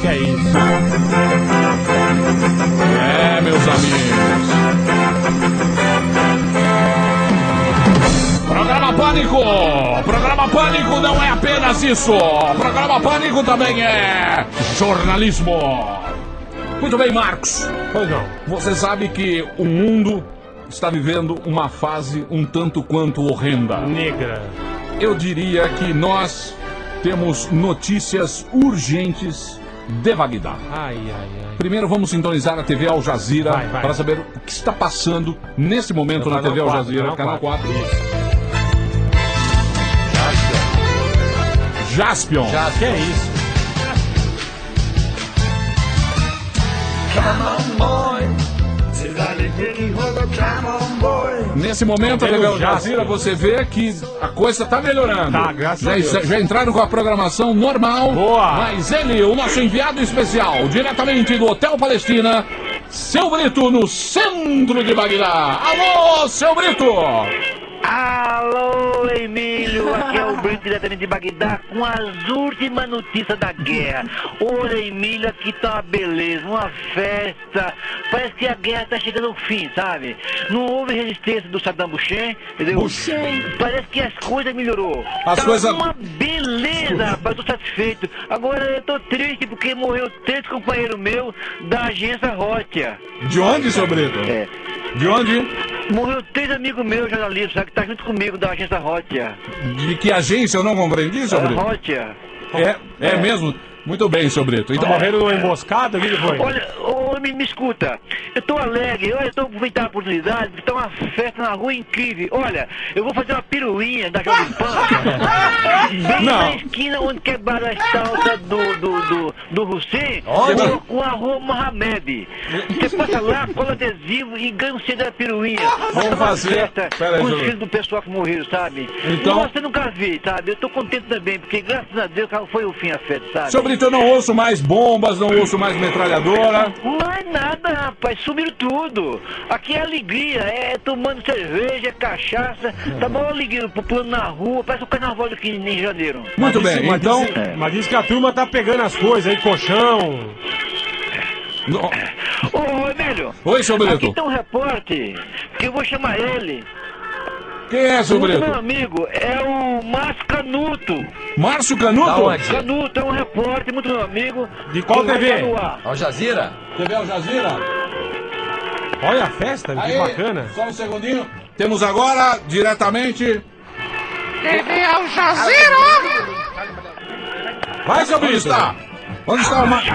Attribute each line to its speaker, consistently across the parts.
Speaker 1: Que é isso? É, meus amigos. Programa Pânico! Programa Pânico não é apenas isso! Programa Pânico também é jornalismo! Muito bem, Marcos.
Speaker 2: Pois não.
Speaker 1: Você sabe que o mundo está vivendo uma fase um tanto quanto horrenda.
Speaker 2: Negra.
Speaker 1: Eu diria que nós temos notícias urgentes de Bagdá.
Speaker 2: Ai, ai, ai.
Speaker 1: Primeiro vamos sintonizar a TV Al Jazeera
Speaker 2: Vai, vai. tá
Speaker 1: para saber o que está passando nesse momento
Speaker 2: No
Speaker 1: na
Speaker 2: canal
Speaker 1: TV Al
Speaker 2: quatro,
Speaker 1: Jazeera, canal
Speaker 2: canal
Speaker 1: 4. Jaspion.
Speaker 2: Já, que é isso?
Speaker 1: Nesse momento,
Speaker 2: Pelo
Speaker 1: Legal
Speaker 2: Jaspion.
Speaker 1: Jazeera, você vê que a coisa está melhorando.
Speaker 2: Tá, graças
Speaker 1: já,
Speaker 2: a Deus.
Speaker 1: já entraram com a programação normal.
Speaker 2: Boa.
Speaker 1: Mas ele, o nosso enviado especial, diretamente do Hotel Palestina, Seu Brito, no centro de Bagdá. Alô, Seu Brito!
Speaker 3: Alô, Emílio, aqui é o Brito diretamente de Bagdá com as últimas notícias da guerra. Olha, Emílio, aqui tá uma beleza, uma festa. Parece que a guerra tá chegando ao fim, sabe? Não houve resistência do Saddam Hussein, entendeu? Parece que as coisas melhorou.
Speaker 1: As
Speaker 3: tá
Speaker 1: coisas-
Speaker 3: uma beleza, rapaz, tô satisfeito. Agora eu tô triste porque morreu três companheiros meus da agência Rocha.
Speaker 1: De onde, Seu Brito?
Speaker 3: É.
Speaker 1: De onde?
Speaker 3: Morreu três amigos meus, jornalistas, sabe, que tá junto comigo da agência Rocha.
Speaker 1: De que agência eu não compreendi, Seu Brito?
Speaker 3: Rocha.
Speaker 1: É, é mesmo? Muito bem, Seu Brito. Então,
Speaker 2: Morreram numa emboscada? O que que foi?
Speaker 3: Olha, ô, me, me escuta. Eu tô alegre, olha, eu tô aproveitando a oportunidade, porque tá uma festa na rua incrível. Olha, eu vou fazer uma piruinha da Jovem Pan. Bem
Speaker 1: Não.
Speaker 3: na esquina onde quebraram as salsas do, do, do, do Hussein,
Speaker 1: Olha.
Speaker 3: eu vou com a rua Mohamed. Você passa lá, cola adesivo e ganha o CD da piruinha.
Speaker 1: Vamos
Speaker 3: É uma
Speaker 1: fazer-
Speaker 3: Festa,
Speaker 1: Pera aí,
Speaker 3: com os
Speaker 1: Jovem.
Speaker 3: filhos do pessoal que morreram, sabe?
Speaker 1: Então-
Speaker 3: Nossa, eu nunca vi, sabe? Eu tô contente também, porque graças a Deus foi o fim a festa, sabe?
Speaker 1: Seu Brito, eu não ouço mais bombas, não ouço mais metralhadora.
Speaker 3: Mais é nada, rapaz, sumiram tudo. Aqui é alegria, é, tomando cerveja, é cachaça. Tá maior alegria, pulando na rua, parece o carnaval aqui em janeiro.
Speaker 1: Muito
Speaker 2: Mas
Speaker 1: bem,
Speaker 2: mas
Speaker 1: então.
Speaker 2: diz- mas diz que a turma tá pegando as coisas aí, colchão.
Speaker 1: No-
Speaker 3: Ô, Emílio,
Speaker 1: Oi, seu
Speaker 3: aqui
Speaker 1: Brito.
Speaker 3: tem um repórter, que eu vou chamar ele.
Speaker 1: Quem é, seu
Speaker 3: O
Speaker 1: Brito?
Speaker 3: meu amigo é o Márcio Canuto.
Speaker 1: Márcio Canuto?
Speaker 3: Canuto é um repórter, muito meu amigo.
Speaker 2: De qual
Speaker 3: que vai
Speaker 2: TV?
Speaker 3: estar no ar.
Speaker 4: Al Jazeera?
Speaker 1: TV Al Jazeera?
Speaker 2: Olha a festa, que
Speaker 1: Aí,
Speaker 2: bacana.
Speaker 1: Só um segundinho. Temos agora, diretamente.
Speaker 2: Vai, seu
Speaker 1: Onde
Speaker 2: Brito.
Speaker 1: está? Onde está o Márcio?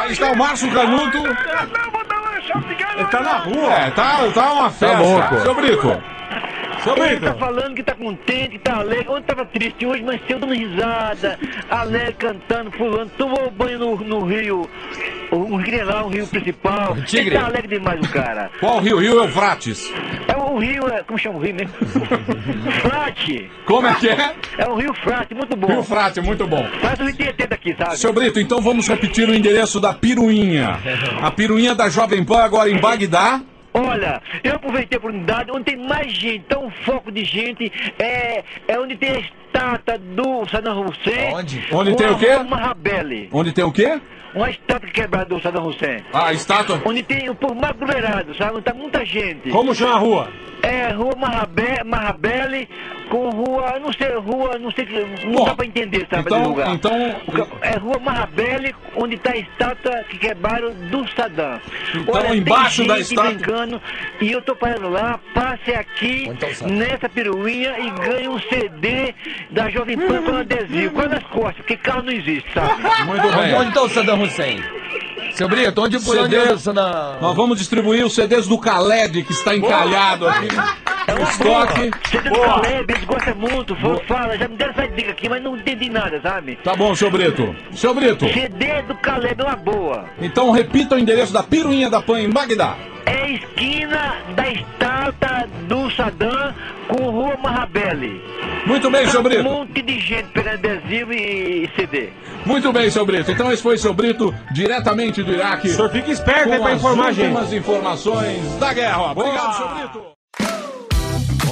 Speaker 1: Aí está o Márcio Canuto.
Speaker 2: Ele tá na rua.
Speaker 1: É, tá, tá uma festa.
Speaker 2: louco.
Speaker 1: Seu Brito.
Speaker 2: Seu
Speaker 3: Ele tá
Speaker 2: Brito.
Speaker 3: falando que tá contente, que tá alegre. Ontem tava triste, hoje mas cedo dando risada, alegre, cantando, pulando. Tomou banho no, no rio, um rio lá, um rio principal.
Speaker 4: Tigre.
Speaker 3: Ele tá alegre demais, o cara.
Speaker 1: Qual Rio? Rio Eufrates.
Speaker 3: É um rio, é, como chama o rio mesmo? frate.
Speaker 1: Como é que é?
Speaker 3: É um rio frate, muito
Speaker 1: Rio
Speaker 3: bom.
Speaker 1: Frate, muito bom.
Speaker 3: Faz o Tietê daqui, sabe?
Speaker 1: Seu Brito, então vamos repetir o endereço da piruinha. A piruinha da Jovem Pan agora em Bagdá.
Speaker 3: Olha, eu aproveitei a oportunidade onde tem mais gente, então o foco de gente é, é onde tem a estátua do Saddam Hussein.
Speaker 1: Onde? Onde tem o quê?
Speaker 3: Uma Rabele.
Speaker 1: Onde tem o quê?
Speaker 3: Uma estátua é quebrada do Saddam Hussein.
Speaker 1: Ah, a estátua.
Speaker 3: Onde tem o povo aglomerado, sabe? Tá muita gente.
Speaker 2: Como chama a rua?
Speaker 3: É Rua Marrabe- Marrabele com rua, não sei, rua, não sei, que- não
Speaker 1: Porra.
Speaker 3: dá pra entender, sabe,
Speaker 1: Então-
Speaker 3: de lugar.
Speaker 1: então-
Speaker 3: O ca- É Rua Marrabele, onde tá a estátua que quebraram do Saddam.
Speaker 1: Então,
Speaker 3: tem
Speaker 1: embaixo da
Speaker 3: gente
Speaker 1: estátua-
Speaker 3: brincando, e eu tô parando lá, passe aqui, nessa peruinha, e ganhe um CD da Jovem Pan com adesivo. Quase nas costas, porque carro não existe, sabe?
Speaker 1: Muito bem.
Speaker 4: Onde está o Saddam Hussein? Seu Brito, onde por onde
Speaker 1: CD?
Speaker 4: anda o Saddam?
Speaker 1: é? Nós vamos distribuir os CDs do Khaled, que está encalhado aqui.
Speaker 3: É uma
Speaker 1: Estoque.
Speaker 3: boa. CD do
Speaker 1: Boa.
Speaker 3: Caleb, eles gostam muito, fala, já me deram essa dica aqui, mas não entendi nada, sabe?
Speaker 1: Tá bom, seu Brito. Seu Brito,
Speaker 3: CD do Caleb é uma boa.
Speaker 1: então repita o endereço da Piruinha da Pan em Bagdá.
Speaker 3: É a esquina da estátua do Saddam com Rua Marrabelli.
Speaker 1: Muito bem, seu
Speaker 3: um
Speaker 1: Brito.
Speaker 3: monte de gente pegando adesivo e CD.
Speaker 1: Muito bem, seu Brito. Então esse foi seu Brito, diretamente do Iraque.
Speaker 2: O senhor fica esperto aí
Speaker 1: Com
Speaker 2: pra
Speaker 1: as
Speaker 2: informar a gente.
Speaker 1: últimas informações da guerra. Obrigado, seu Brito.